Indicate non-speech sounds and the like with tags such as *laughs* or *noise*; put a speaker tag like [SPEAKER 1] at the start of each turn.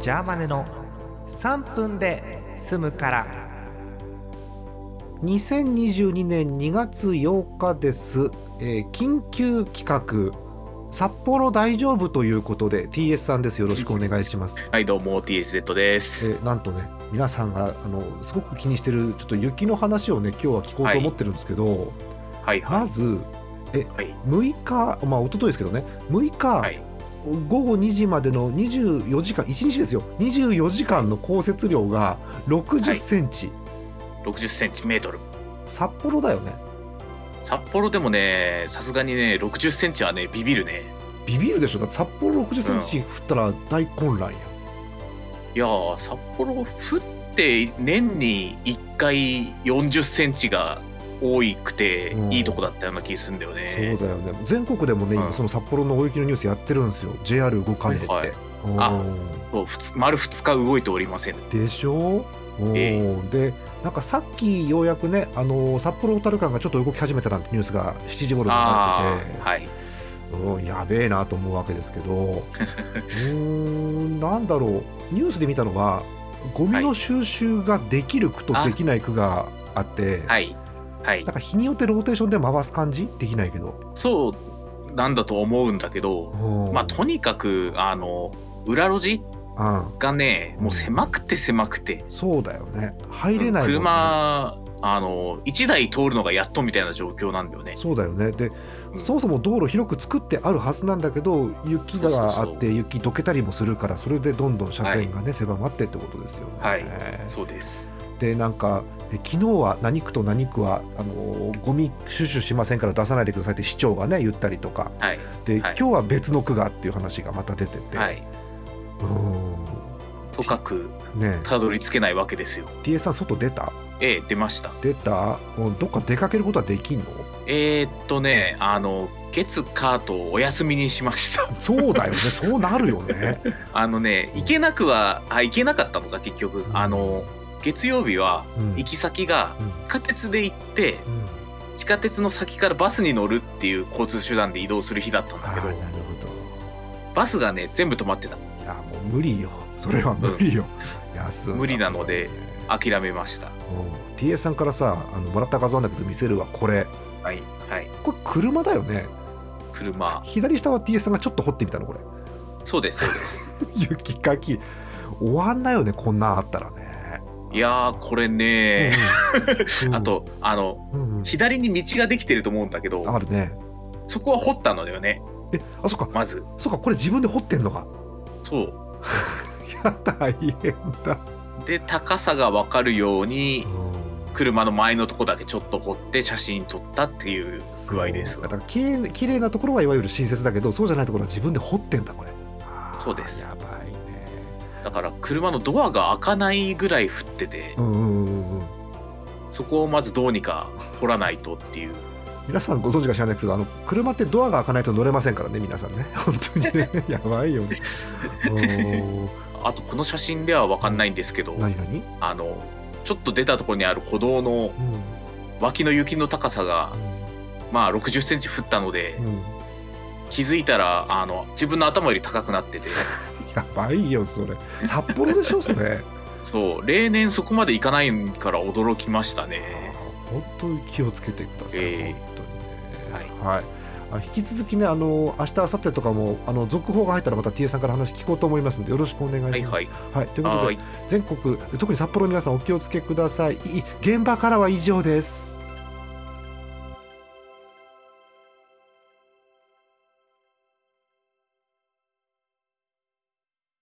[SPEAKER 1] ジャーマネの3分で済むから2022年2月8日です、えー緊急企画札幌大丈夫ということで TS さんですよろしくお願いします
[SPEAKER 2] はい、どうも、TSZ です。
[SPEAKER 1] えーなんとね皆さんがあのすごく気にしてるちょっと雪の話をね今日は聞こうと思ってるんですけど、
[SPEAKER 2] はい、は
[SPEAKER 1] まずえ、
[SPEAKER 2] はい
[SPEAKER 1] 6日まあ一昨日ですけどね6日、
[SPEAKER 2] はい
[SPEAKER 1] 午後2時までの24時間1日ですよ24時間の降雪量が6 0センチ、
[SPEAKER 2] い。60センチメートル。
[SPEAKER 1] 札幌だよね
[SPEAKER 2] 札幌でもね、さすがにね、60センチはね、ビビるね。
[SPEAKER 1] ビビるでしょだって札幌6 0センチ降ったら大混乱や、
[SPEAKER 2] いやー、札幌降って年に1回40センチが多くて
[SPEAKER 1] うん、
[SPEAKER 2] いいとこだったような気するんだよね。
[SPEAKER 1] そうだよね全国でもね、
[SPEAKER 2] う
[SPEAKER 1] 今
[SPEAKER 2] ん
[SPEAKER 1] その札幌の大雪のニュースやってるんですよ JR 動かねえって、
[SPEAKER 2] はい
[SPEAKER 1] うん
[SPEAKER 2] あそうふつ丸2日動いておりません。
[SPEAKER 1] でしょう、うん
[SPEAKER 2] え
[SPEAKER 1] でなんかさっきようやくね、あの札幌小樽間がちょっと動き始めたなんてニュースが7時頃にな
[SPEAKER 2] あ
[SPEAKER 1] ってて
[SPEAKER 2] あ、はい。
[SPEAKER 1] うん、やべえなと思うわけですけどうーんなんだろうニュースで見たのはゴミの収集ができる区と
[SPEAKER 2] はい
[SPEAKER 1] できない区があって、
[SPEAKER 2] はい。はい
[SPEAKER 1] な。んか日によってローテーションで回す感じできないけど、
[SPEAKER 2] そうなんだと思うんだけど、
[SPEAKER 1] うん
[SPEAKER 2] まあ、とにかく、あの、裏路地
[SPEAKER 1] うん
[SPEAKER 2] がね、もう狭くて狭くて。
[SPEAKER 1] そうだよね入れないもんね
[SPEAKER 2] 車あの1台通るのがやっとみたいな状況なんだよね
[SPEAKER 1] そうだよねで、
[SPEAKER 2] うん
[SPEAKER 1] そもそも道路広く作ってあるはずなんだけど雪があ
[SPEAKER 2] そう
[SPEAKER 1] っ
[SPEAKER 2] そ
[SPEAKER 1] て雪どけたりもするからそれでどんどん車線がね、狭まってってことですよね。
[SPEAKER 2] はいそうです
[SPEAKER 1] でなんかえ昨日は何区と何区はあのーゴミ収集しませんから出さないでくださいって市長がね言ったりとか
[SPEAKER 2] はい
[SPEAKER 1] で、
[SPEAKER 2] はい
[SPEAKER 1] 今日は別の区がっていう話がまた出てて、
[SPEAKER 2] はいうとかく
[SPEAKER 1] ーんね
[SPEAKER 2] たどり着けないわけですよ
[SPEAKER 1] え T.A. さん外出た
[SPEAKER 2] ええ出ました
[SPEAKER 1] 出たもうどっか出かけることはできんの
[SPEAKER 2] えー、っとねあの月カートお休みにしました *laughs*
[SPEAKER 1] そうだよねそうなるよね
[SPEAKER 2] あのね行けなくはあ行けなかったのか結局あの月曜日は
[SPEAKER 1] うん
[SPEAKER 2] 行き先が
[SPEAKER 1] うん
[SPEAKER 2] 地下鉄で行って
[SPEAKER 1] うん
[SPEAKER 2] 地下鉄の先からバスに乗るっていう交通手段で移動する日だったん
[SPEAKER 1] ああ
[SPEAKER 2] だけ
[SPEAKER 1] なる
[SPEAKER 2] ど
[SPEAKER 1] ほ
[SPEAKER 2] バスがね全部止まってた
[SPEAKER 1] どいやもう無理よそれは無理よ、安
[SPEAKER 2] 無理なので諦めました
[SPEAKER 1] うん、T.A. さんからさあのもらった画像なんだけど見せるわこれ
[SPEAKER 2] はいはい
[SPEAKER 1] これ車だよね
[SPEAKER 2] 車
[SPEAKER 1] 左下は TS さんがちょっと掘ってみたのこれ *laughs*
[SPEAKER 2] そうですそうです
[SPEAKER 1] 雪かき終わんないよねこんなんあったらね、
[SPEAKER 2] いやーこれね、 *laughs* あ、とあの
[SPEAKER 1] うんうんうん
[SPEAKER 2] 左に道ができてると思うんだけど
[SPEAKER 1] あるね
[SPEAKER 2] そこは掘ったのだよね
[SPEAKER 1] えあそっか
[SPEAKER 2] まず
[SPEAKER 1] そっかこれ自分で掘ってんのか *laughs*
[SPEAKER 2] そ
[SPEAKER 1] いや大変だ、
[SPEAKER 2] うで高さが分かるように車の前のとこだけちょっと掘って写真撮ったっていう具合です
[SPEAKER 1] そうだからきれいきれいなところはいわゆる親切だけどそうじゃないところは自分で掘ってんだこれあー
[SPEAKER 2] そうです
[SPEAKER 1] やばいね
[SPEAKER 2] だから車のドアが開かないぐらい降ってて
[SPEAKER 1] うんうんうんうん
[SPEAKER 2] そこをまずどうにか掘らないとっていう
[SPEAKER 1] 皆さんご存知か知らないですけどあの車ってドアが開かないと乗れませんからね皆さんね本当にね
[SPEAKER 2] *laughs*
[SPEAKER 1] やばいよねうん
[SPEAKER 2] あとこの写真では分かんないんですけど
[SPEAKER 1] 何何、
[SPEAKER 2] あのちょっと出たところにある歩道の
[SPEAKER 1] うん
[SPEAKER 2] 脇の雪の高さがまあ6 0センチ降ったので、
[SPEAKER 1] うん、
[SPEAKER 2] 気づいたらあの自分の頭より高く
[SPEAKER 1] *laughs*
[SPEAKER 2] なってて
[SPEAKER 1] やばいよそれ札幌でしょそれ
[SPEAKER 2] そう例年そこまでいかないから驚きましたね
[SPEAKER 1] 本当に気をつけてください、
[SPEAKER 2] ええ
[SPEAKER 1] 本当にねはい、あ引き続きねあの明日明後日とかもあの続報が入ったらまた TA さんから話聞こうと思いますのでよろしくお願いします。
[SPEAKER 2] はいはい
[SPEAKER 1] はいということ
[SPEAKER 2] は
[SPEAKER 1] で
[SPEAKER 2] い
[SPEAKER 1] 全国特に札幌の皆さんお気をつけくださいい現場からは以上です。